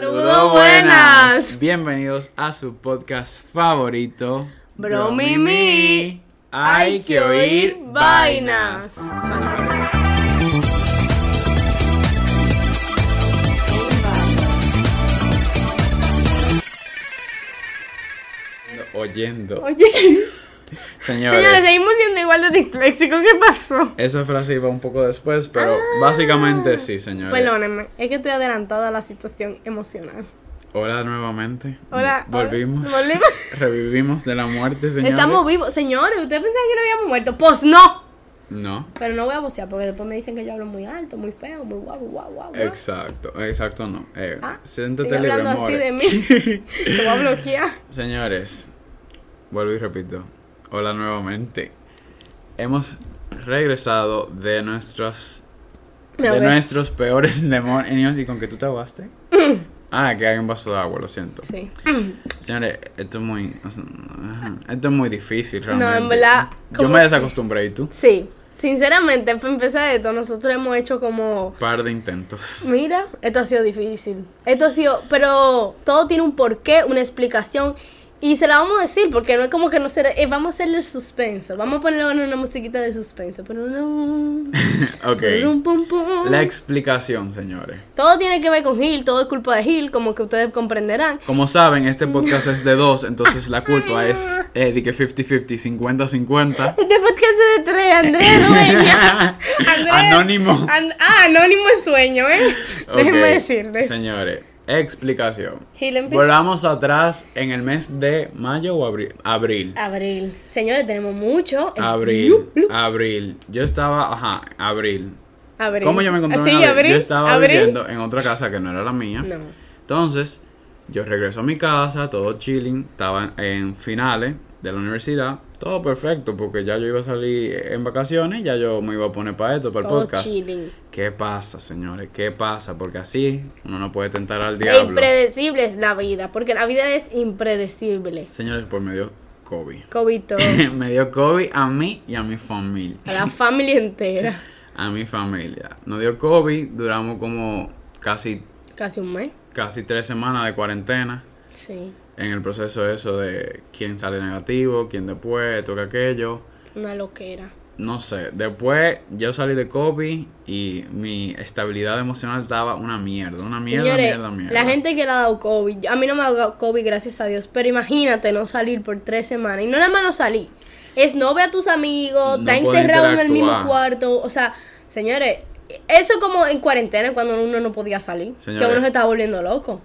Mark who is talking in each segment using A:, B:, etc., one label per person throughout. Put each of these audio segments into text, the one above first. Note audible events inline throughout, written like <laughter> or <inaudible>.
A: Saludos buenas.
B: Bienvenidos a su podcast favorito.
A: Bro, Mimi. Hay que oír vainas.
B: Señores,
A: <laughs>
B: Oyendo.
A: Oye, señores,
B: Señores,
A: seguimos siendo igual de disléxico. ¿Qué pasó?
B: esa frase iba un poco después, pero
A: Ah.
B: básicamente sí, señores.
A: Perdónenme, es que estoy adelantada a la situación emocional.
B: Hola nuevamente.
A: Hola,
B: Vol- Volvimos.
A: hola. Volvimos.
B: <laughs> Revivimos de la muerte, señores.
A: Estamos vivos. Señores, ¿ustedes pensaban que no habíamos muerto? Pues no.
B: No.
A: Pero no voy a vocear porque después me dicen que yo hablo muy alto, muy feo, muy guau, guau, guau. guau.
B: Exacto, exacto no. Eh,
A: Ah,
B: siéntate
A: sigue
B: libre,
A: hablando así
B: more.
A: de
B: <laughs>
A: mí. Te voy a <laughs> bloquear.
B: Señores, vuelvo y repito. Hola nuevamente. Hemos regresado de nuestros
A: No,
B: de
A: ve.
B: nuestros peores demonios y con que tú
A: <laughs>
B: te aguaste. Ah, que hay un vaso de agua, lo siento.
A: Sí. <clears throat>
B: Señores, esto es muy o sea, esto es muy difícil realmente.
A: en verdad,
B: Yo
A: como
B: me
A: que-
B: desacostumbré y tú
A: Sí. Sinceramente, para empezar esto, nosotros hemos hecho como
B: par de intentos.
A: Mira, esto ha sido difícil. Esto ha sido, pero todo tiene un porqué, una explicación. Y se la vamos a decir, porque no es como que no será. eh, vamos a hacerle el suspenso. Vamos a ponerle una- una musiquita de suspenso. Pero no.
B: <laughs> ok.
A: Pum, pum, pum.
B: La explicación, señores.
A: Todo tiene que ver con Gil, todo es culpa de Gil, como que ustedes comprenderán.
B: Como saben, este podcast es de dos, entonces la culpa es eh, de que 50-50, 50-50.
A: Este podcast es de tres, Andrea
B: <laughs>
A: Dueña. Andrea-
B: Anónimo.
A: An- ah, anónimo es sueño, ¿eh? Déjenme
B: Ok,
A: decirles.
B: Señores, explicación.
A: Gil empieza-
B: Volvamos atrás en el mes de mayo o abri- abril.
A: Abril. Señores, tenemos mucho.
B: Abril. Abril. Yo estaba, ajá, abril.
A: Abril.
B: ¿Cómo yo me encontré
A: Así,
B: en abril?
A: abril,
B: Yo estaba
A: abril.
B: viviendo en otra casa que no era la mía.
A: No.
B: Entonces, yo regreso a mi casa, todo chilling, estaba en finales de la universidad, todo perfecto, porque ya yo iba a salir en vacaciones, ya yo me iba a poner para esto, para el
A: Todo
B: podcast.
A: chilling.
B: ¿Qué pasa, señores? ¿Qué pasa? Porque así uno no puede tentar al
A: E
B: diablo.
A: impredecible es la vida, porque la vida es impredecible.
B: Señores, pues me dio COVID. <laughs>
A: Cobito,
B: me dio COVID a mí y a mi familia.
A: a la familia entera.
B: A mi familia. Nos dio COVID, duramos como casi,
A: Casi un mes.
B: casi tres semanas de cuarentena.
A: Sí.
B: en el proceso eso de quién sale negativo, quién después, toca aquello.
A: Una loquera.
B: No sé, después yo salí de COVID y mi estabilidad emocional estaba una mierda, una mierda,
A: Señores,
B: mierda, mierda.
A: la gente que le ha dado COVID, yo- a mí no me ha dado COVID, gracias a Dios, pero imagínate no salir por tres semanas. Y no nada más no salir, es no ver a tus amigos,
B: No
A: está
B: poder
A: encerrado en el mismo
B: interactuar.
A: cuarto. O sea, señores, eso como en cuarentena, cuando uno no podía salir, que
B: Señores.
A: uno se estaba volviendo loco.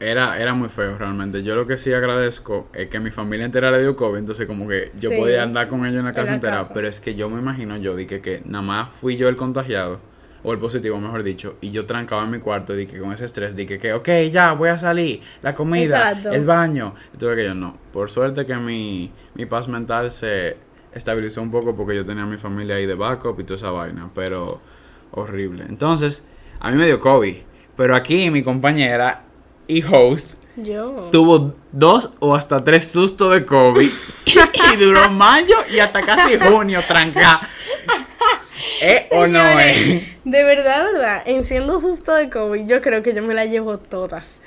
B: Era, era muy feo realmente. Yo lo que sí agradezco es que mi familia entera le dio COVID, entonces como que yo
A: Sí.
B: podía andar con ellos en la casa
A: la
B: entera,
A: casa.
B: pero es que yo me imagino, yo dije que nada más fui yo el contagiado, o el positivo mejor dicho, y yo trancaba en mi cuarto, dije que con ese estrés, dije que ok, ya voy a salir, la comida,
A: Exacto.
B: el baño, y todo aquello, no. Por suerte que mi, mi paz mental se estabilizó un poco porque yo tenía a mi familia ahí de backup y toda esa vaina, pero horrible. Entonces, a mí me dio COVID, pero aquí mi compañera y host
A: Yo.
B: tuvo dos o hasta tres sustos de COVID <laughs> y duró mayo y hasta casi junio
A: <laughs>
B: tranca. ¿Eh o no
A: Señores,
B: eh?
A: De verdad, verdad, en siendo susto de COVID, yo creo que yo me la llevo todas.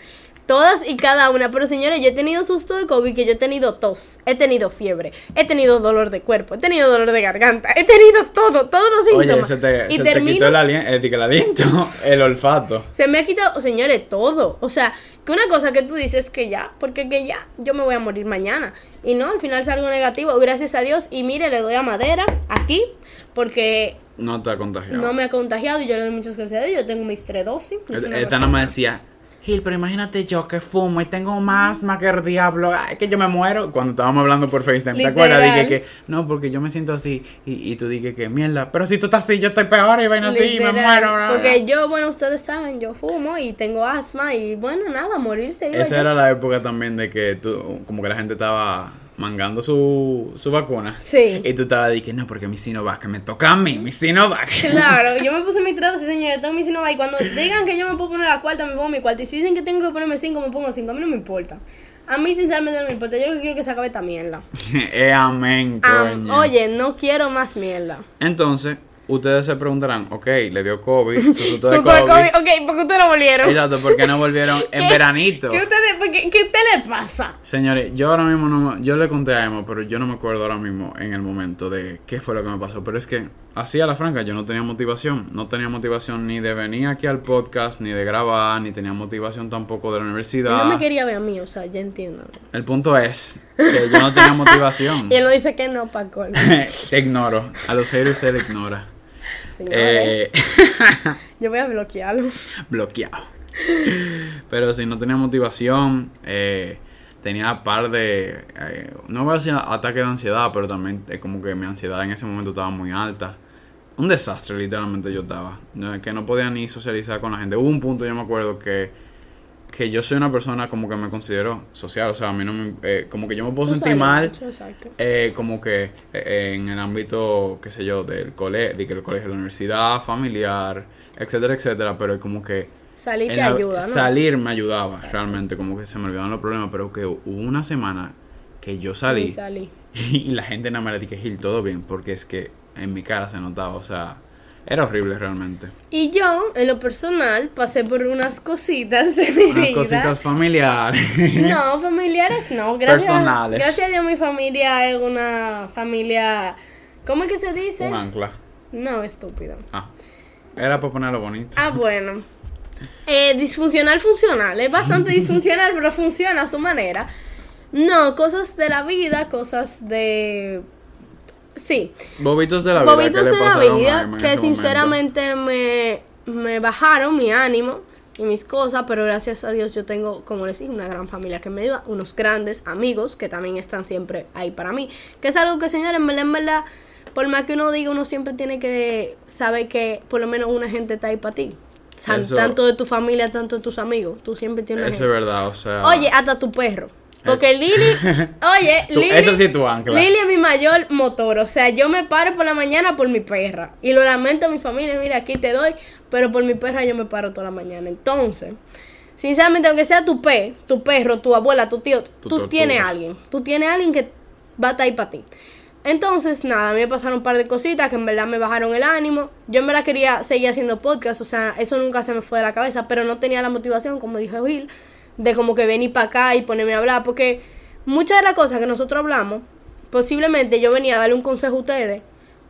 A: Todas y cada una. Pero señores, yo he tenido susto de COVID, que yo he tenido tos, he tenido fiebre, he tenido dolor de cuerpo, he tenido dolor de garganta, he tenido todo, todos los síntomas.
B: Oye, se te,
A: y
B: se te
A: termino-
B: quitó el, alien- eh, digo, el aliento, el olfato.
A: se me ha quitado, señores, todo. O sea, que una cosa que tú dices que ya, porque que ya, yo me voy a morir mañana. Y no, al final salgo negativo, gracias a Dios. Y mire, le doy a madera aquí, porque
B: No te ha contagiado.
A: no me ha contagiado y yo le doy muchas gracias a Dios. Yo tengo mi estredosis. yo soy
B: Esta
A: pues, una
B: esta nada más decía, Gil, pero imagínate yo que fumo y tengo más más que el diablo, ay, que yo me muero. Cuando estábamos hablando por FaceTime, ¿te acuerdas? Dije
A: Literal.
B: que, no, porque yo me siento así. Y, y tú dije que, mierda, pero si tú estás así, yo estoy peor y vaina así y me
A: Literal,
B: muero. bla, bla, bla".
A: Porque yo, bueno, ustedes saben, yo fumo y tengo asma y bueno, nada, morirse. iba
B: Esa
A: yo.
B: era la época también de que tú, como que la gente estaba mangando su, su vacuna.
A: Sí.
B: Y tú estabas diciendo, no, porque mi Sinovac, que me toca a mí, mi Sinovac.
A: <laughs> <laughs> Claro, yo me puse mi trago, sí señor, yo tengo mi Sinovac y cuando digan que yo me puedo poner la cuarta, me pongo mi cuarta. Y si dicen que tengo que ponerme cinco, me pongo cinco, a mí no me importa. A mí sinceramente no me importa, yo lo que quiero es que se acabe esta mierda.
B: <laughs> eh, amén,
A: Am,
B: coño.
A: oye, no quiero más mierda.
B: Entonces, ustedes se preguntarán, ok, le dio COVID, su susto de
A: Susto de
B: COVID.
A: COVID. Ok, ¿por qué ustedes no volvieron?
B: <laughs> Exacto, ¿por qué no volvieron en
A: <laughs> ¿Qué-
B: veranito?
A: ¿Qué, ustedes, por qué, ¿Qué a usted le pasa?
B: Señores, yo ahora mismo no me- yo le conté a Emma, pero yo no me acuerdo ahora mismo en el momento de qué fue lo que me pasó. Pero es que, así a la franca, yo no tenía motivación. No tenía motivación ni de venir aquí al podcast, ni de grabar, ni tenía motivación tampoco de la
A: Él
B: universidad.
A: no me quería ver a mí, o sea, ya entiendo.
B: El punto es que yo no
A: <laughs>
B: tenía motivación.
A: Y él no dice que no, Paco.
B: <laughs>
A: <laughs>
B: Te ignoro. A los haters se le ignora.
A: Señores,
B: Eh, <laughs>
A: yo voy a bloquearlo.
B: bloqueado. <laughs> Pero si no tenía motivación, eh, tenía par de. eh, no voy a decir ataque de ansiedad, pero también eh, como que mi ansiedad en ese momento estaba muy alta. Un desastre, literalmente yo estaba. No, es que no podía ni socializar con la gente. Hubo un punto, yo me acuerdo, que, que yo soy una persona como que me considero social. O sea, a mí no me. eh, como que yo me puedo
A: Tú sabes
B: sentir mal.
A: mucho, exacto.
B: Eh, como que eh, en el ámbito, qué sé yo, del colegio, de que el colegio, la universidad, familiar, etcétera, etcétera, pero como que
A: Salir
B: en
A: te
B: la-
A: ayuda, ¿no?
B: salir me ayudaba
A: Exacto.
B: realmente, como que se me olvidaban los problemas, pero que hubo una semana que yo
A: Y
B: salí
A: salí.
B: <laughs> y la gente nada más le dije, Gil, todo bien, porque es que en mi cara se notaba, o sea, era horrible realmente.
A: Y yo, en lo personal, pasé por unas cositas de mi
B: Unas
A: vida. <laughs>
B: cositas familiares.
A: No, familiares no. Gracias,
B: Personales.
A: Gracias a Dios, mi familia es una familia. ¿Cómo es que se dice?
B: <laughs> Un ancla.
A: No, estúpido.
B: Ah, era para ponerlo bonito.
A: Ah, bueno. Eh, disfuncional, funcional. Es bastante disfuncional, pero funciona a su manera. No, cosas de la vida, cosas de. Sí.
B: Bobitos de la vida.
A: Bobitos
B: que le
A: de la
B: pasaron a
A: vida
B: Emma en
A: que
B: ese momento.
A: sinceramente me, me bajaron mi ánimo y mis cosas, pero gracias a Dios yo tengo, como les dije, una gran familia que me ayuda, unos grandes amigos que también están siempre ahí para mí, que es algo que señores, en verdad, en verdad, por más que uno diga, uno siempre tiene que saber que por lo menos una gente está ahí para ti. O sea,
B: Eso-
A: tanto de tu familia, tanto de tus amigos, tú siempre tienes una
B: Eso es
A: gente.
B: verdad, o sea.
A: Oye, ah, hasta tu perro. Porque
B: Eso. <laughs>
A: Lili, oye,
B: tú-
A: Lili,
B: eso sí tu ancla.
A: Lili es mi mayor motor, o sea, yo me paro por la mañana por mi perra. Y lo lamento a mi familia, mira, aquí te doy, pero por mi perra yo me paro toda la mañana. Entonces, sinceramente, aunque sea tu pe, tu perro, tu abuela, tu tío,
B: Tu
A: tú
B: tortuga.
A: tienes a alguien. Tú tienes a alguien que va a estar ahí para ti. Entonces, nada, a mí me pasaron un par de cositas que en verdad me bajaron el ánimo. Yo en verdad quería seguir haciendo podcast, o sea, eso nunca se me fue de la cabeza, pero no tenía la motivación, como dijo Gil, de como que venir para acá y ponerme a hablar, porque muchas de las cosas que nosotros hablamos, posiblemente yo venía a darle un consejo a ustedes,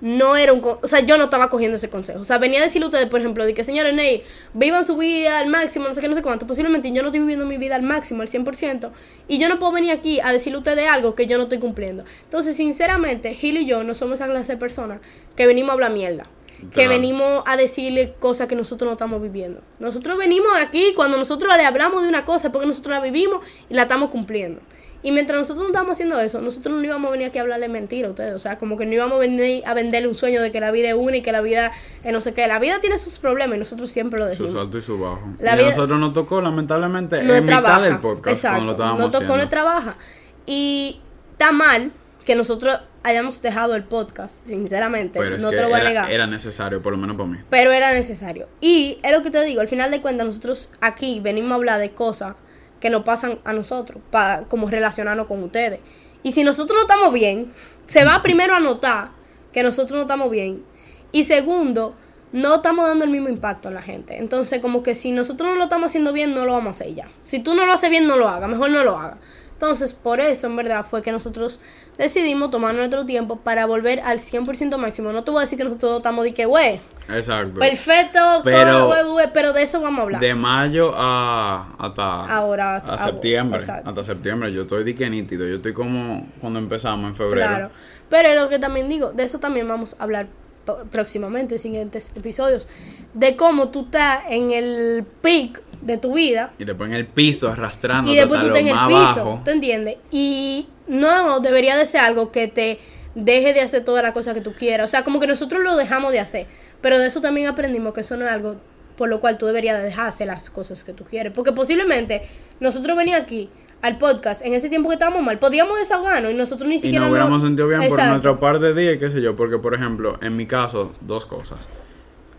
A: no era un... con- O sea, yo no estaba cogiendo ese consejo. O sea, venía a decirle a ustedes, por ejemplo, de que señores, Ney, vivan su vida al máximo, no sé qué, no sé cuánto. Posiblemente yo no estoy viviendo mi vida al máximo, al 100%. Y yo no puedo venir aquí a decirle a ustedes algo que yo no estoy cumpliendo. Entonces, sinceramente, Gil y yo no somos esa clase de personas que venimos a hablar mierda. Que
B: Claro.
A: venimos a decirle cosas que nosotros no estamos viviendo. Nosotros venimos aquí cuando nosotros le hablamos de una cosa, es porque nosotros la vivimos y la estamos cumpliendo. Y mientras nosotros no estábamos haciendo eso, nosotros no íbamos a venir aquí a hablarle mentira a ustedes. O sea, como que no íbamos a venir a venderle un sueño de que la vida es una y que la vida es no sé qué. La vida tiene sus problemas y nosotros siempre lo
B: Su
A: decimos.
B: alto y su bajo.
A: La
B: y a
A: vida-
B: nosotros nos tocó, lamentablemente,
A: No
B: en mitad
A: trabaja.
B: del podcast
A: Exacto.
B: cuando lo estábamos
A: no tocó, no
B: haciendo.
A: trabaja. Y está mal que nosotros hayamos dejado el podcast, sinceramente.
B: Pero es
A: no
B: que
A: te lo voy a
B: era,
A: negar.
B: era necesario, por lo menos para mí.
A: Pero era necesario. Y es lo que te digo, al final de cuentas, nosotros aquí venimos a hablar de cosas que nos pasan a nosotros, para como relacionarnos con ustedes. Y si nosotros no estamos bien, se va primero a notar que nosotros no estamos bien. Y segundo, no estamos dando el mismo impacto a la gente. Entonces, como que si nosotros no lo estamos haciendo bien, no lo vamos a hacer ya. Si tú no lo haces bien, no lo hagas. Mejor no lo hagas. Entonces, por eso, en verdad, fue que nosotros decidimos tomar nuestro tiempo para volver al 100% máximo. No te voy a decir que nosotros estamos de que, güey,
B: Exacto.
A: Perfecto,
B: Pero-
A: pero, pero de eso vamos a hablar.
B: De mayo a hasta
A: Ahora,
B: a
A: a-
B: septiembre.
A: exacto.
B: Hasta septiembre. Yo estoy dique nítido. Yo estoy como cuando empezamos en febrero.
A: claro. Pero es lo que también digo, de eso también vamos a hablar po- próximamente, en siguientes episodios, de cómo tú estás en el peak de tu vida
B: Y después en el piso arrastrando
A: y después tú
B: lo
A: estás en el
B: más
A: piso,
B: bajo.
A: ¿te entiendes? Y no debería de ser algo que te deje de hacer toda la cosa que tú quieras. O sea, como que nosotros lo dejamos de hacer, pero de eso también aprendimos que eso no es algo por lo cual tú deberías de dejar hacer las cosas que tú quieres. Porque posiblemente nosotros venimos aquí al podcast, en ese tiempo que estábamos mal, podíamos desahogarnos y nosotros ni
B: Y
A: siquiera
B: nos hubiéramos sentido bien por
A: Exacto.
B: nuestra par de días, qué sé yo. Porque, por ejemplo, en mi caso, dos cosas.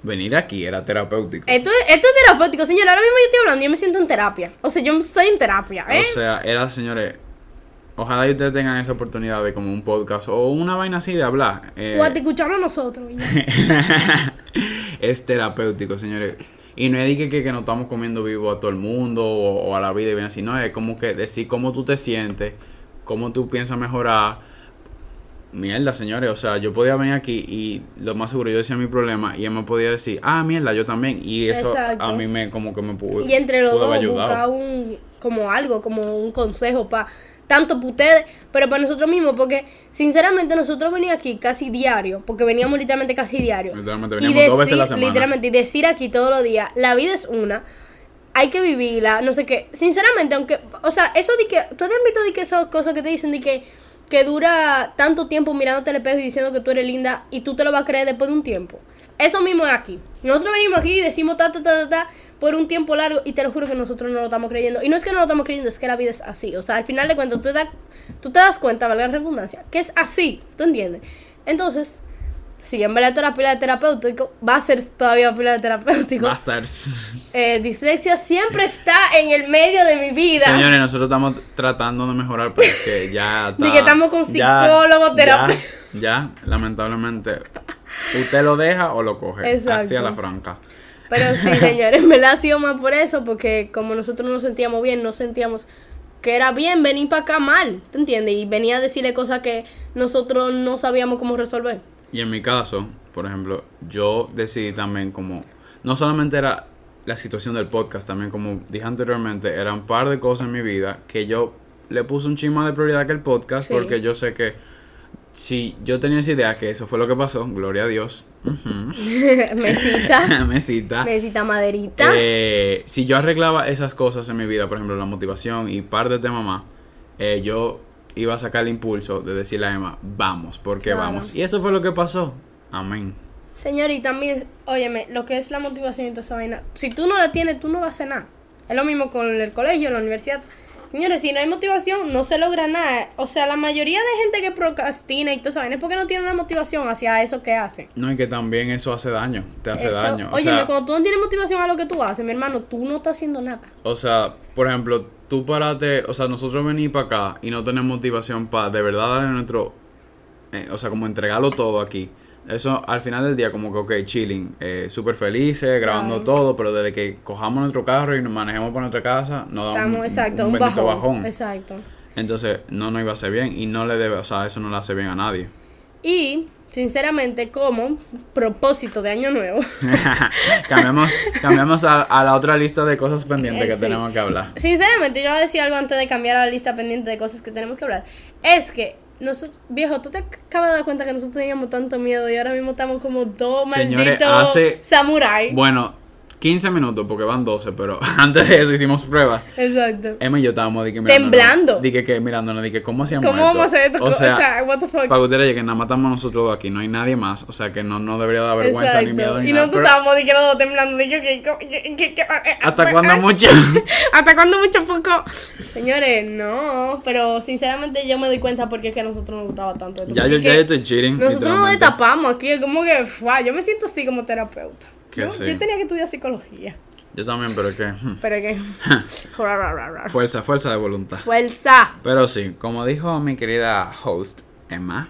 B: Venir aquí era terapéutico.
A: Esto, esto es terapéutico, señor. Ahora mismo yo estoy hablando, yo me siento en terapia. O sea, yo estoy en terapia, ¿eh?
B: O sea, era, señores, Ojalá y ustedes tengan esa oportunidad de como un podcast o una vaina así de hablar. Eh,
A: O a te escuchamos nosotros. y ya.
B: <laughs> es terapéutico, señores. Y no es de que, que, que nos estamos comiendo vivo a todo el mundo o, o a la vida y bien así. No, es como que decir cómo tú te sientes, cómo tú piensas mejorar. Mierda, señores. O sea, yo podía venir aquí y lo más seguro yo decía mi problema y él me podía decir, ah, mierda, yo también. Y eso
A: Exacto.
B: a mí me como que me pudo.
A: Y entre los
B: pudo haber
A: dos buscar
B: ayudado.
A: un, como algo, como un consejo para tanto para ustedes, pero para nosotros mismos, porque sinceramente nosotros veníamos aquí casi diario, porque veníamos literalmente casi diario.
B: Literalmente veníamos dos veces a la semana.
A: Literalmente, y decir aquí todos los días, la vida es una, hay que vivirla, no sé qué. Sinceramente, aunque, o sea, eso de que, ¿tú te has visto de que esas cosas que te dicen de que, que dura tanto tiempo mirándote al espejo y diciendo que tú eres linda y tú te lo vas a creer después de un tiempo? Eso mismo es aquí. Nosotros venimos aquí y decimos ta, ta, ta, ta, ta por un tiempo largo y te lo juro que nosotros no lo estamos creyendo. Y no es que no lo estamos creyendo, es que la vida es así. O sea, al final de cuentas, tú, te da- tú te das cuenta, valga la redundancia, que es así. ¿Tú entiendes? Entonces, si en verdad tú eras pila de terapéutico, va a ser todavía pila de terapéutico.
B: Bastards.
A: Eh, dislexia siempre está en el medio de mi vida.
B: Señores, nosotros estamos tratando de mejorar, pero es
A: <laughs>
B: que ya está.
A: Ni que estamos con
B: ya-
A: psicólogo, terapeuta.
B: Ya, ya, lamentablemente. Usted lo deja o lo coge.
A: Exacto.
B: Así a la franca.
A: Pero sí, señores, me la ha sido más por eso, porque como nosotros no nos sentíamos bien, no sentíamos que era bien venir para acá mal, ¿te entiendes? Y venía a decirle cosas que nosotros no sabíamos cómo resolver. <laughs>
B: Y en mi caso, por ejemplo, yo decidí también como. No solamente era la situación del podcast, también como dije anteriormente, eran un par de cosas en mi vida que yo le puse un chisme más de prioridad que el podcast,
A: Sí.
B: porque yo sé que. Si yo tenía esa idea que eso fue lo que pasó, gloria
A: <laughs>
B: a Dios. <laughs> Ujú. <laughs>
A: mesita,
B: Mesita.
A: mesita maderita.
B: Eh, si yo arreglaba esas cosas en mi vida, por ejemplo, la motivación y par de temas más, eh, yo iba a sacar el impulso de decirle a Emma, vamos, porque
A: Claro.
B: vamos. Y eso fue lo que pasó. Amén.
A: Señor, y también, óyeme, lo que es la motivación y toda esa vaina, si tú no la tienes, tú no vas a hacer nada. Es lo mismo con el colegio, la universidad. Señores, si no hay motivación, no se logra nada. O sea, la mayoría de gente que procrastina y toda esa vaina es porque no tiene una motivación hacia eso que hace.
B: No, y que también eso hace daño, te hace
A: Eso-
B: daño. O
A: óyeme,
B: sea,
A: cuando tú no tienes motivación a lo que tú haces, mi hermano, tú no estás haciendo nada.
B: O sea, por ejemplo, tú parate, o sea, nosotros venimos para acá y no tenemos motivación para de verdad darle nuestro, eh, o sea, como entregarlo todo aquí. Eso al final del día como que, ok, chilling, eh, súper felices, grabando todo, pero desde que cojamos nuestro carro y nos manejemos para nuestra casa, nos da un,
A: Estamos, exacto, un,
B: un bendito
A: bajón,
B: bajón.
A: Exacto.
B: Entonces, no nos iba a hacer bien y no le debe, o sea, eso no le hace bien a nadie. <laughs>
A: Y, sinceramente, como propósito de año nuevo,
B: cambiamos cambiamos a, a la otra lista de cosas pendientes
A: Eh,
B: que
A: sí.
B: tenemos que hablar.
A: sinceramente, yo voy a decir algo antes de cambiar a la lista pendiente de cosas que tenemos que hablar. Es que, nosotros, viejo, tú te ac- acabas de dar cuenta que nosotros teníamos tanto miedo y ahora mismo estamos como dos
B: Señores,
A: malditos
B: hace-
A: samuráis.
B: Bueno, 15 minutos porque van 12, pero <laughs> antes de eso hicimos pruebas.
A: Exacto.
B: Emma y yo estábamos di que
A: Temblando.
B: Dije que mirándonos, dije, ¿cómo hacíamos
A: ¿Cómo
B: esto?
A: vamos a hacer esto?
B: O sea,
A: what the fuck.
B: para que ustedes lleguen, nada más estamos nosotros dos aquí, no hay nadie más. O sea, que no, no debería dar vergüenza ni miedo ni
A: y
B: nada.
A: no tú
B: pero
A: estábamos diciendo temblando. Dije, que, que, que, que-
B: ¿Hasta cuándo mucho?
A: eh, <laughs> ¿Hasta cuándo mucho foco? Señores, no, pero sinceramente yo me doy cuenta porque es que a nosotros nos gustaba tanto esto.
B: ya,
A: porque
B: yo,
A: es
B: ya
A: que
B: yo estoy cheating.
A: Nosotros nos
B: literalmente.
A: destapamos aquí, es como que, ¡fua! yo me siento así como terapeuta.
B: Que
A: Yo,
B: sí.
A: yo tenía que estudiar psicología,
B: Yo también, pero que. hmm,
A: pero que...
B: <laughs>
A: ra, ra, ra, ra.
B: Fuerza, fuerza de voluntad.
A: ¡Fuerza!
B: Pero sí, como dijo mi querida host, Emma.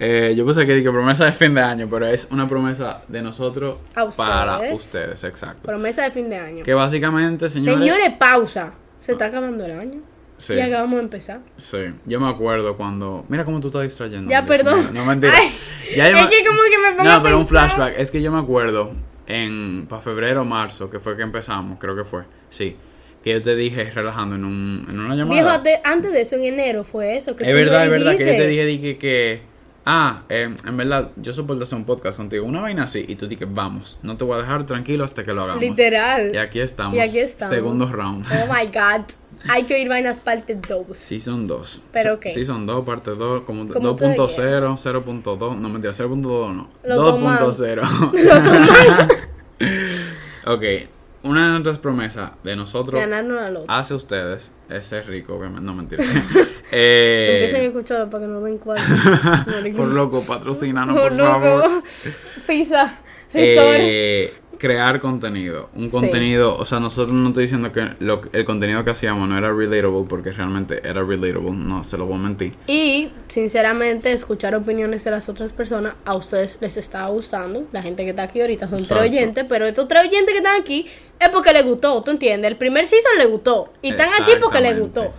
B: eh, yo puse que dije promesa de fin de año, pero es una promesa de nosotros
A: A ustedes.
B: para ustedes, exacto.
A: Promesa de fin de año.
B: Que básicamente, señores.
A: Señores, pausa. Se está acabando el año.
B: Sí.
A: Y acabamos de empezar.
B: Sí, yo me acuerdo cuando. Mira cómo tú estás distrayendo.
A: Ya,
B: Dios
A: perdón.
B: mío, No mentira.
A: Ay,
B: Ya yo
A: es
B: me-
A: que como que me pongo a
B: No, pero un
A: pensar.
B: flashback. Es que yo me acuerdo en. Para febrero o marzo, que fue que empezamos, creo que fue. Sí. Que yo te dije relajando en, un, en una llamada.
A: Viejo, ante- antes de eso, en enero fue eso. Que
B: es
A: tú me
B: verdad, es verdad. Que yo te
A: dijiste.
B: dije, dije que. Ah, eh, en verdad, yo soporto hacer un podcast contigo. Una vaina así. Y tú dije, vamos, no te voy a dejar tranquilo hasta que lo hagamos.
A: Literal.
B: Y aquí estamos.
A: Y aquí estamos.
B: Segundo round.
A: Oh my god. Hay que oír vainas parte 2.
B: Season 2.
A: Pero,
B: Se-
A: ¿qué?
B: Season 2, parte 2, como
A: Como ustedes
B: 2.0, 0.2, no mentira, 0.2 no.
A: Lo
B: <laughs> 2.0. ok, una de nuestras promesas de nosotros
A: Ganarnos la loto.
B: hacia ustedes es ser rico, obviamente, no
A: <laughs>
B: mentira.
A: Empiecen a
B: eh,
A: escucharlo para que no den
B: <laughs>
A: cuarto. Oh,
B: por loco, patrocínanos, por
A: loco.
B: favor.
A: Pizza. Restaurante.
B: Eh, crear contenido. Un
A: Sí.
B: contenido, o sea, nosotros no estoy diciendo que lo- el contenido que hacíamos no era relatable porque realmente era relatable, no se lo voy a mentir.
A: Y sinceramente, escuchar opiniones de las otras personas a ustedes les está gustando. La gente que está aquí ahorita son
B: Exacto.
A: tres oyentes, pero estos tres oyentes que están aquí es porque les gustó, ¿tú entiendes? El primer season les gustó y están aquí porque les gustó.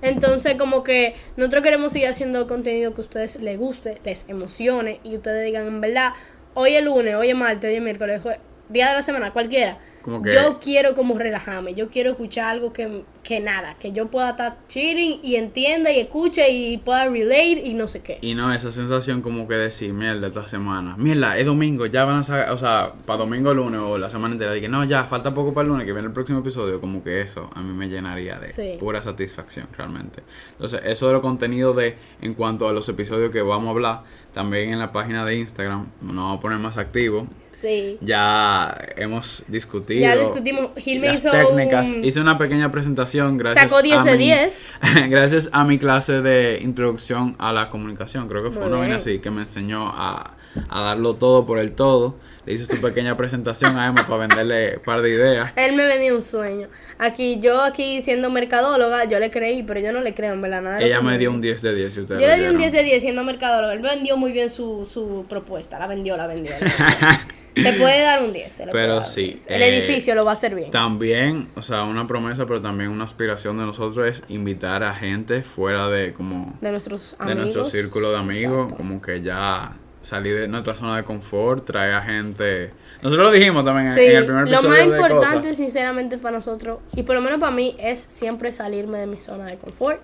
A: Entonces, como que nosotros queremos seguir haciendo contenido que a ustedes les guste, les emocione y ustedes digan, en verdad, hoy es lunes, hoy es martes, hoy es miércoles, jue- día de la semana, cualquiera.
B: Como que-
A: Yo quiero como relajarme, yo quiero escuchar algo que, que nada, que yo pueda estar chilling y entienda y escuche y pueda relate y no sé qué.
B: Y no, esa sensación como que decir, mierda, esta semana, mierda, es domingo, ya van a sacar, o sea, para domingo, lunes o la semana entera, de que no, ya, falta poco para el lunes, que viene el próximo episodio, como que eso a mí me llenaría de
A: Sí.
B: pura satisfacción realmente. Entonces, eso de los contenidos de, en cuanto a los episodios que vamos a hablar, también en la página de Instagram, nos vamos a poner más activos,
A: Sí.
B: ya hemos discutido.
A: Ya discutimos, Gil me
B: las
A: hizo
B: técnicas,
A: un-
B: hice una pequeña presentación gracias
A: Sacó 10
B: a
A: de
B: mi-
A: 10.
B: <laughs> gracias a mi clase de introducción a la comunicación, creo que fue
A: Muy
B: una vaina
A: bien.
B: así que me enseñó a, a darlo todo por el todo. Le hice su pequeña presentación a Emma para venderle un par de ideas.
A: Él me venía un sueño. Aquí, yo aquí siendo mercadóloga, yo le creí, pero yo no le creo en verdad nada. de lo
B: Ella
A: que
B: me dio un 10 de 10, si
A: Yo
B: ustedes
A: le
B: lo
A: di un 10
B: vieron.
A: de 10 siendo mercadólogo. Él vendió muy bien su, su propuesta. La vendió, la
B: <laughs>
A: vendió. la vendió. se puede dar un 10. se le puede
B: Pero
A: dar un
B: sí,
A: 10. El
B: eh,
A: edificio lo va a hacer bien.
B: También, o sea, una promesa, pero también una aspiración de nosotros es invitar a gente fuera de como
A: De nuestros
B: de
A: amigos.
B: nuestro círculo de amigos,
A: Exacto.
B: como que ya salir de nuestra zona de confort, traer a gente. Nosotros lo dijimos también en-
A: Sí,
B: en el primer
A: lo
B: episodio
A: más
B: de Cosas.
A: importante, sinceramente, para nosotros, y por lo menos para mí, es siempre salirme de mi zona de confort.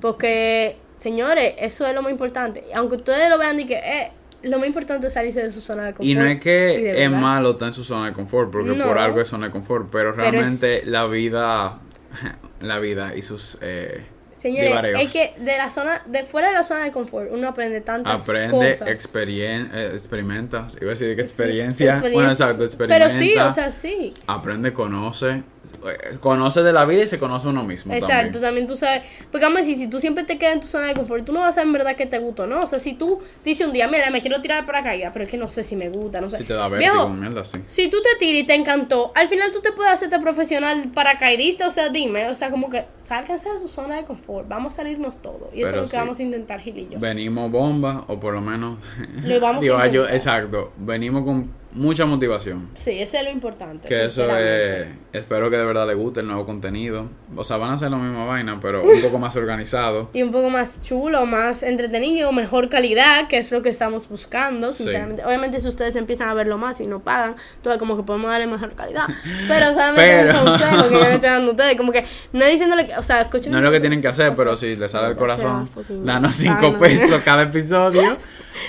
A: Porque, señores, eso es lo más importante. Aunque ustedes lo vean y que, eh, lo más importante es salirse de su zona de confort.
B: Y no es
A: y
B: que
A: de
B: es
A: verdad.
B: malo estar en su zona de confort, porque
A: No.
B: por algo es zona de confort, pero
A: Pero es-
B: realmente la vida, <laughs> la vida y sus... Eh,
A: Señores,
B: divareos.
A: es que de la zona, de fuera de la zona de confort, uno aprende tantas
B: aprende,
A: cosas.
B: experien- eh, experimenta, iba a decir que
A: Sí,
B: experiencia, bueno, exacto, experimenta,
A: Pero sí, o sea, sí.
B: aprende, conoce, eh, conoce de la vida y se conoce a uno mismo
A: Exacto,
B: también.
A: también tú sabes. Porque vamos a decir, si tú siempre te quedas en tu zona de confort, tú no vas a saber en verdad que te gusta, o ¿no? O sea, si tú dices un día, mira, me quiero tirar de paracaídas, pero es que no sé si me gusta, no sé.
B: Si te da
A: Viejo,
B: vértigo, mierda, sí.
A: si tú te tiras y te encantó, al final tú te puedes hacerte profesional paracaidista, o sea, dime, o sea, como que sálganse de su zona de confort, vamos a salirnos todos. Y eso
B: Pero
A: es lo que
B: sí.
A: vamos a intentar, Gil y yo.
B: Venimos bomba, o por lo menos... <laughs>
A: Lo vamos a
B: digo, ay, yo-
A: intentar.
B: Exacto, venimos con mucha motivación.
A: Sí, ese es lo importante.
B: Que eso es.
A: sinceramente.
B: Espero que de verdad les guste el nuevo contenido. O sea, van a hacer la misma vaina,
A: <laughs>
B: pero un poco más organizado.
A: y un poco más chulo, más entretenido, mejor calidad, que es lo que estamos buscando,
B: Sí.
A: sinceramente. Obviamente si ustedes empiezan a verlo más y no pagan, todo como que podemos darle mejor
B: <laughs>
A: calidad. Pero solamente
B: Pero-
A: un consejo que yo le estoy dando a ustedes, como que no diciéndole que, o sea, escuchen.
B: No es lo que tienen que hacer, pero si les sale el corazón, danos 5
A: Ah, no.
B: pesos
A: <laughs>
B: cada episodio.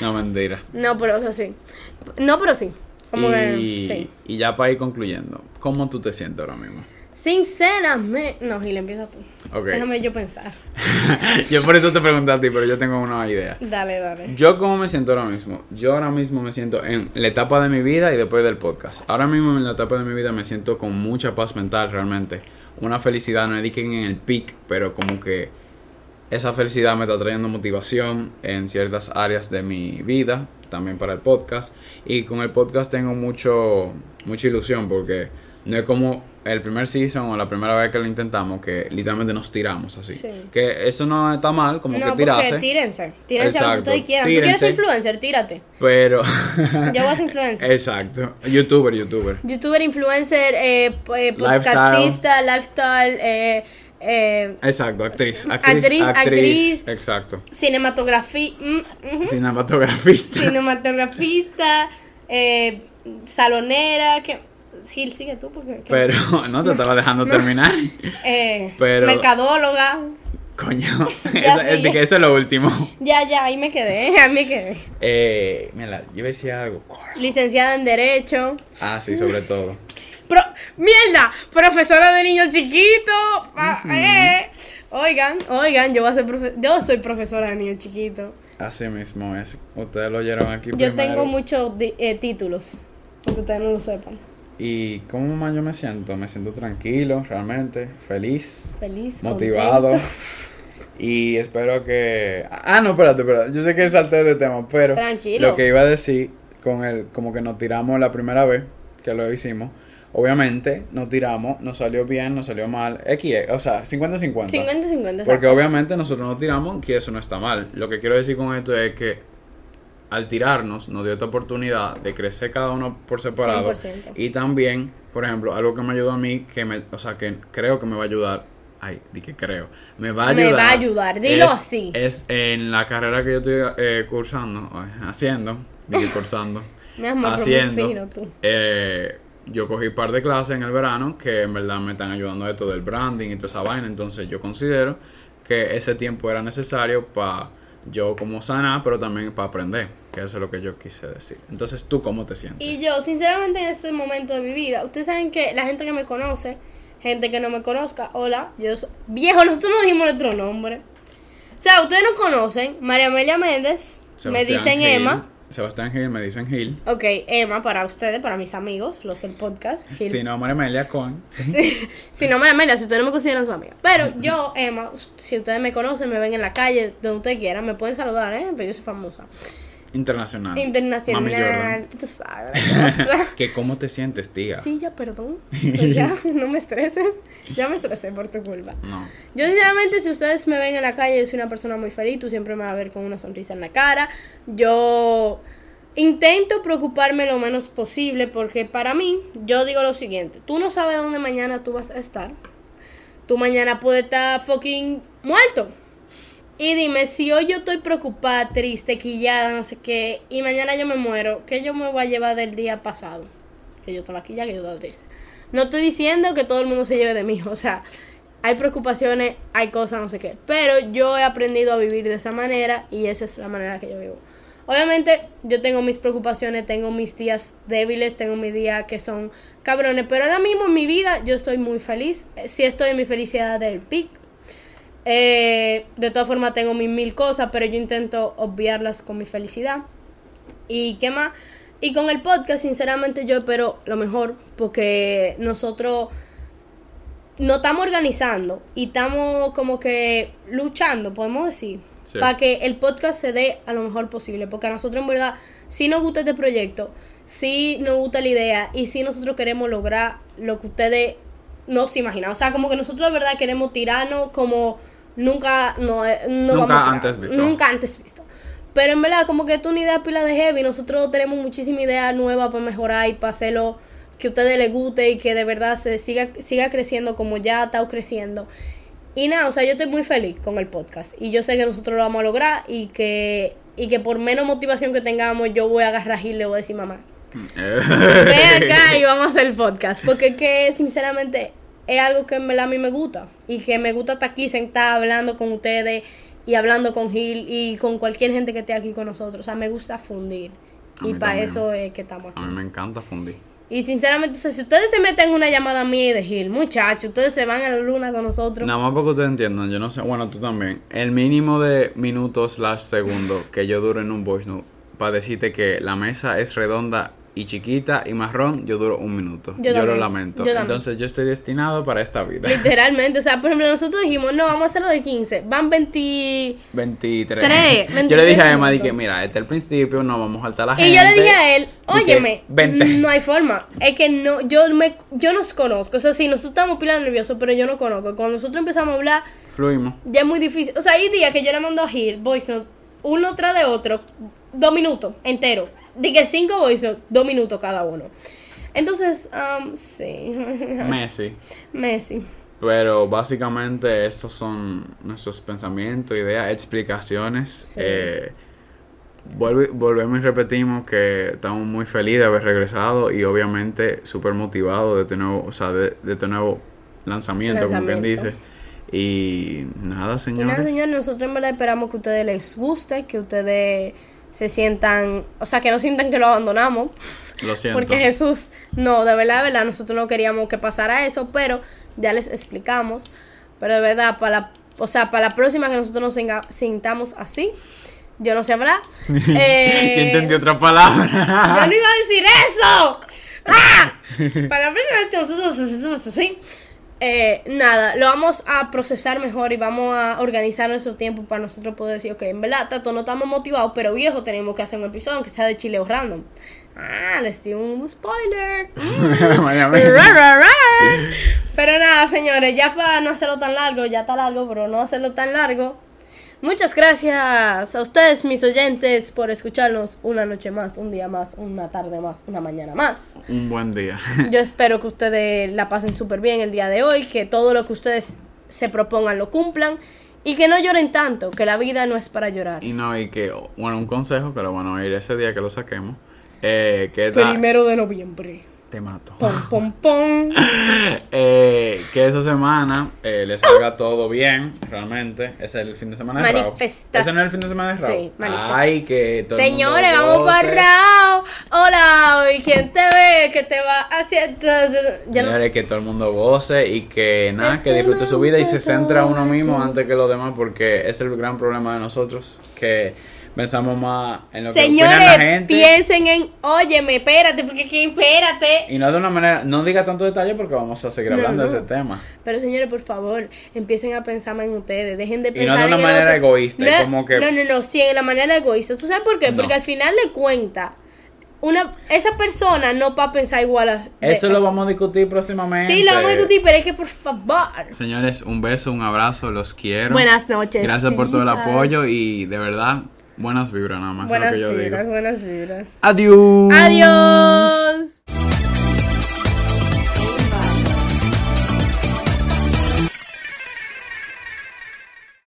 B: No, mentira.
A: No, pero o sea, sí. No, pero sí. Como que
B: Y,
A: sí.
B: y ya para ir concluyendo, ¿cómo tú te sientes ahora mismo? <laughs>
A: Sinceramente, no, Gil, empieza tú.
B: Ok.
A: Déjame yo pensar.
B: Yo por eso te pregunté a ti, pero yo tengo una idea.
A: Dale, dale.
B: Yo cómo me siento ahora mismo. Yo ahora mismo me siento en la etapa de mi vida y después del podcast. Ahora mismo en la etapa de mi vida me siento con mucha paz mental realmente. Una felicidad, no dediquen en el pic, pero como que esa felicidad me está trayendo motivación en ciertas áreas de mi vida, también para el podcast. Y con el podcast tengo mucho, mucha ilusión porque no es como el primer season o la primera vez que lo intentamos que literalmente nos tiramos así.
A: Sí.
B: Que eso no está mal, como
A: no,
B: que
A: porque
B: tirarse.
A: tírense. Tírense a lo que
B: Exacto,
A: ustedes quieran. Tú quieres
B: tírense.
A: ser influencer, tírate.
B: Pero.
A: Yo voy a ser influencer.
B: Exacto. Youtuber, youtuber.
A: Youtuber, influencer, eh, p- eh,
B: Lifestyle.
A: podcastista, lifestyle, eh, eh,
B: Exacto, actriz. Actriz,
A: Actriz,
B: actriz.
A: actriz.
B: Exacto.
A: cinematografi- mm, ujú,
B: Cinematografista.
A: cinematografista, eh, salonera, que... Gil, sigue tú porque... que-
B: Pero no te estaba
A: <laughs>
B: dejando terminar.
A: eh,
B: pero-
A: Mercadóloga.
B: Coño.
A: <laughs> Ya
B: eso, es de
A: sigue.
B: que eso es lo último.
A: Ya, ya, ahí me quedé, <laughs> ahí me quedé.
B: Eh, mira, yo decía algo.
A: Licenciada en Derecho.
B: Ah, sí, sobre todo.
A: Pro- ¡Mierda! Profesora de niños chiquitos. pa- eh. Oigan, oigan, yo voy a ser profe- yo soy profesora de niños chiquitos.
B: Así mismo es. Ustedes lo oyeron aquí
A: Yo
B: primero.
A: tengo muchos di- eh, títulos, aunque ustedes no lo sepan.
B: ¿Y cómo más yo me siento? Me siento tranquilo, realmente. Feliz.
A: Feliz.
B: motivado.
A: contento.
B: Y espero que. Ah, no, espérate, espérate. Yo sé que salté de tema, pero.
A: Tranquilo.
B: Lo que iba a decir, con el, como que nos tiramos la primera vez. que lo hicimos. Obviamente, nos tiramos, nos salió bien, nos salió mal. X, o sea, 50-50.
A: 50-50, o sea,
B: Porque obviamente nosotros nos tiramos que eso no está mal. Lo que quiero decir con esto es que al tirarnos nos dio esta oportunidad de crecer cada uno por separado.
A: 100%.
B: Y también, por ejemplo, algo que me ayudó a mí, que me, o sea, que creo que me va a ayudar. Ay, di que creo. Me va a
A: Me
B: ayudar.
A: va a ayudar, dilo
B: es-
A: así.
B: Es en la carrera que yo estoy eh, cursando, ay, haciendo, dije cursando.
A: Mi amor, pero muy
B: haciendo.
A: fino tú.
B: eh, yo cogí un par de clases en el verano que en verdad me están ayudando de todo el branding y toda esa vaina. Entonces yo considero que ese tiempo era necesario para yo como sanar, pero también para aprender. Que eso es lo que yo quise decir. Entonces, ¿tú cómo te sientes?
A: Y yo, sinceramente, en este momento de mi vida, ustedes saben que la gente que me conoce, gente que no me conozca, hola, yo soy... Viejo, nosotros no dijimos nuestro nombre. O sea, ustedes no conocen, María Amelia Méndez, me
B: Sebastián
A: dicen
B: Gil.
A: Emma.
B: Sebastián Gil, me dicen Gil.
A: Ok, Emma para ustedes, para mis amigos, los del podcast. Gil.
B: Si no, María Amelia con.
A: Sí. <laughs> si no, María Amelia, si ustedes no me consideran su amiga. Pero yo, Emma, si ustedes me conocen, me ven en la calle, donde ustedes quieran, me pueden saludar, ¿eh? Pero yo soy famosa.
B: Internacional. Ah, Mami Jordan.
A: <laughs> Internacional. Tú sabes la
B: <laughs>
A: cosa.
B: Que cómo te sientes, tía.
A: Sí, ya
B: <laughs>
A: perdón. Pues ya, no me estreses. Ya me estresé por tu culpa.
B: No.
A: Yo sinceramente, si ustedes me ven en la calle, yo soy una persona muy feliz, tú siempre me vas a ver con una sonrisa en la cara. Yo intento preocuparme lo menos posible porque para mí, yo digo lo siguiente, tú no sabes dónde mañana tú vas a estar. Tú mañana puedes estar fucking muerto. Y dime, si hoy yo estoy preocupada, triste, quillada, no sé qué, y mañana yo me muero, ¿qué yo me voy a llevar del día pasado? Que yo estaba quillada, que yo estaba triste. No estoy diciendo que todo el mundo se lleve de mí, <laughs> o sea, hay preocupaciones, hay cosas, no sé qué. Pero yo he aprendido a vivir de esa manera y esa es la manera que yo vivo. Obviamente yo tengo mis preocupaciones, tengo mis días débiles, tengo mis días que son cabrones, pero ahora mismo en mi vida yo estoy muy feliz. Eh, Sí estoy en mi felicidad del pic. Eh, de todas formas tengo mis mil cosas, pero yo intento obviarlas con mi felicidad. ¿Y qué más? Y con el podcast, sinceramente, yo espero lo mejor, porque nosotros nos estamos organizando y estamos como que luchando, podemos decir,
B: Sí.
A: para que el podcast se dé a lo mejor posible, porque a nosotros en verdad sí nos gusta este proyecto, sí nos gusta la idea y sí nosotros queremos lograr lo que ustedes no se imaginan. O sea, como que nosotros de verdad queremos tirarnos como nunca, no, eh, no
B: Nunca
A: vamos a tirar.
B: antes visto.
A: Nunca antes visto. Pero en verdad, como que esto es una idea pila de heavy. Nosotros tenemos muchísima idea nueva para mejorar y para hacerlo que a ustedes les guste y que de verdad se siga, siga creciendo como ya ha estado creciendo. Y nada, o sea, yo estoy muy feliz con el podcast. Y yo sé que nosotros lo vamos a lograr y que, y que por menos motivación que tengamos, yo voy a agarrar y le voy a decir, mamá, ve
B: <laughs>
A: acá y vamos a hacer el podcast. Porque es que, sinceramente, es algo que en verdad a mí me gusta. Y que me gusta estar aquí sentada hablando con ustedes y hablando con Gil y con cualquier gente que esté aquí con nosotros. O sea, me gusta fundir.
B: A
A: Y
B: mí
A: para
B: también. Ah.
A: eso es que estamos
B: A
A: aquí.
B: mí me encanta fundir.
A: Y sinceramente, o sea, si ustedes se meten en una llamada mía y de Gil, muchachos, ustedes se van a la luna con nosotros.
B: Nada más para que ustedes entiendan, yo no sé, bueno, tú también. El mínimo de minutos slash segundo que yo duro en un voice note para decirte que la mesa es redonda y chiquita y marrón, yo duro un minuto.
A: Yo
B: Yo,
A: también,
B: lo lamento.
A: yo también.
B: Entonces yo estoy destinado para esta vida. <laughs>
A: Literalmente, o sea, por ejemplo, nosotros dijimos, no, vamos a hacerlo de 15. Van 20.
B: 23.
A: Tres,
B: yo
A: 23
B: le dije a Emma,
A: minutos.
B: dije, mira, este es el principio, no vamos a saltar la gente.
A: Y yo le dije a él, óyeme,
B: "Vente".
A: no hay forma. Es que no, yo me, yo nos conozco. O sea, sí, nosotros estamos pila nerviosos, pero yo no conozco. Cuando nosotros empezamos a hablar,
B: Fluimos.
A: ya es muy difícil. O sea, hay días que yo le mando a Gil voice note, uno tras de otro, dos minutos entero. De que cinco voice note, dos minutos cada uno. Entonces, um, sí. <laughs>
B: Messi.
A: Messi.
B: Pero básicamente esos son nuestros pensamientos, ideas, explicaciones. Eh, vuelve- volvemos y repetimos que estamos muy felices de haber regresado y obviamente súper motivados de este nuevo, o sea, de, de este nuevo lanzamiento, como quien
A: Lanzamiento.
B: dice. Y nada,
A: Y nada,
B: señores.
A: señores, nosotros en verdad esperamos que a ustedes les guste, que ustedes se sientan, o sea, que no sientan que lo abandonamos,
B: Lo siento.
A: porque Jesús, no, de verdad, de verdad, nosotros no queríamos que pasara eso, pero ya les explicamos, pero de verdad, para, la- o sea, para la próxima que nosotros nos singa- sintamos así, yo no sé hablar.
B: <laughs> Yo
A: Eh,
B: entendí otra palabra.
A: yo no iba a decir eso. ¡Ah! Para la próxima vez que nosotros nos hacemos así, eh, nada, lo vamos a procesar mejor y vamos a organizar nuestro tiempo para nosotros poder decir, ok, en verdad, tanto no estamos motivados, pero viejo, tenemos que hacer un episodio, aunque sea de Chile o random. Ah, les di un spoiler.
B: <laughs> Miami.
A: Ra, ra, ra. pero nada, señores, ya para no hacerlo tan largo, ya está largo, pero no hacerlo tan largo. Muchas gracias a ustedes, mis oyentes, por escucharnos una noche más, un día más, una tarde más, una mañana más.
B: Un buen día. <laughs>
A: Yo espero que ustedes la pasen súper bien el día de hoy, que todo lo que ustedes se propongan lo cumplan y que no lloren tanto, que la vida no es para llorar.
B: Y no, y que, bueno, un consejo, pero bueno, ir ese día que lo saquemos. Eh, que da-
A: de noviembre.
B: Te mato.
A: Pom, pom, pom.
B: <laughs> Eh, que esa semana eh, le salga todo bien, realmente. Es el fin de semana de Raw.
A: Manifestas-
B: Ese no es el fin de semana de Raw.
A: Sí, manifestas-
B: Ay, que todo el mundo
A: Señores, vamos
B: goce.
A: para Rao. Hola, ¿y quién te ve? que te va haciendo? Ya no-
B: Señores, que todo el mundo goce y que nada,
A: Es
B: que
A: que
B: disfrute
A: me
B: su vida y se
A: gusta
B: centra a uno
A: todo.
B: mismo antes que los demás, porque es el gran problema de nosotros, que pensamos más en lo que opina la
A: Señores,
B: gente.
A: piensen en, óyeme, espérate, porque que espérate.
B: Y no de una manera, no diga tanto detalle porque vamos a seguir
A: No,
B: hablando
A: no.
B: de ese tema.
A: Pero señores, por favor, empiecen a pensar más en ustedes, dejen de
B: no
A: pensar
B: de una
A: en el
B: manera
A: otro.
B: egoísta,
A: no,
B: como que-
A: no, no, no, sí, en la manera egoísta. ¿Tú sabes por qué?
B: No.
A: Porque al final de cuentas, una, esa persona no va a pensar igual a... de-
B: Eso lo vamos a discutir próximamente.
A: Sí, lo vamos a discutir, pero es que por favor.
B: Señores, un beso, un abrazo, los quiero.
A: Buenas noches.
B: Gracias por todo el
A: queridas. <laughs>
B: apoyo y de verdad, buenas vibras nada más. es lo
A: Buenas
B: que yo digo.
A: vibras, buenas vibras.
B: Adiós.
A: Adiós.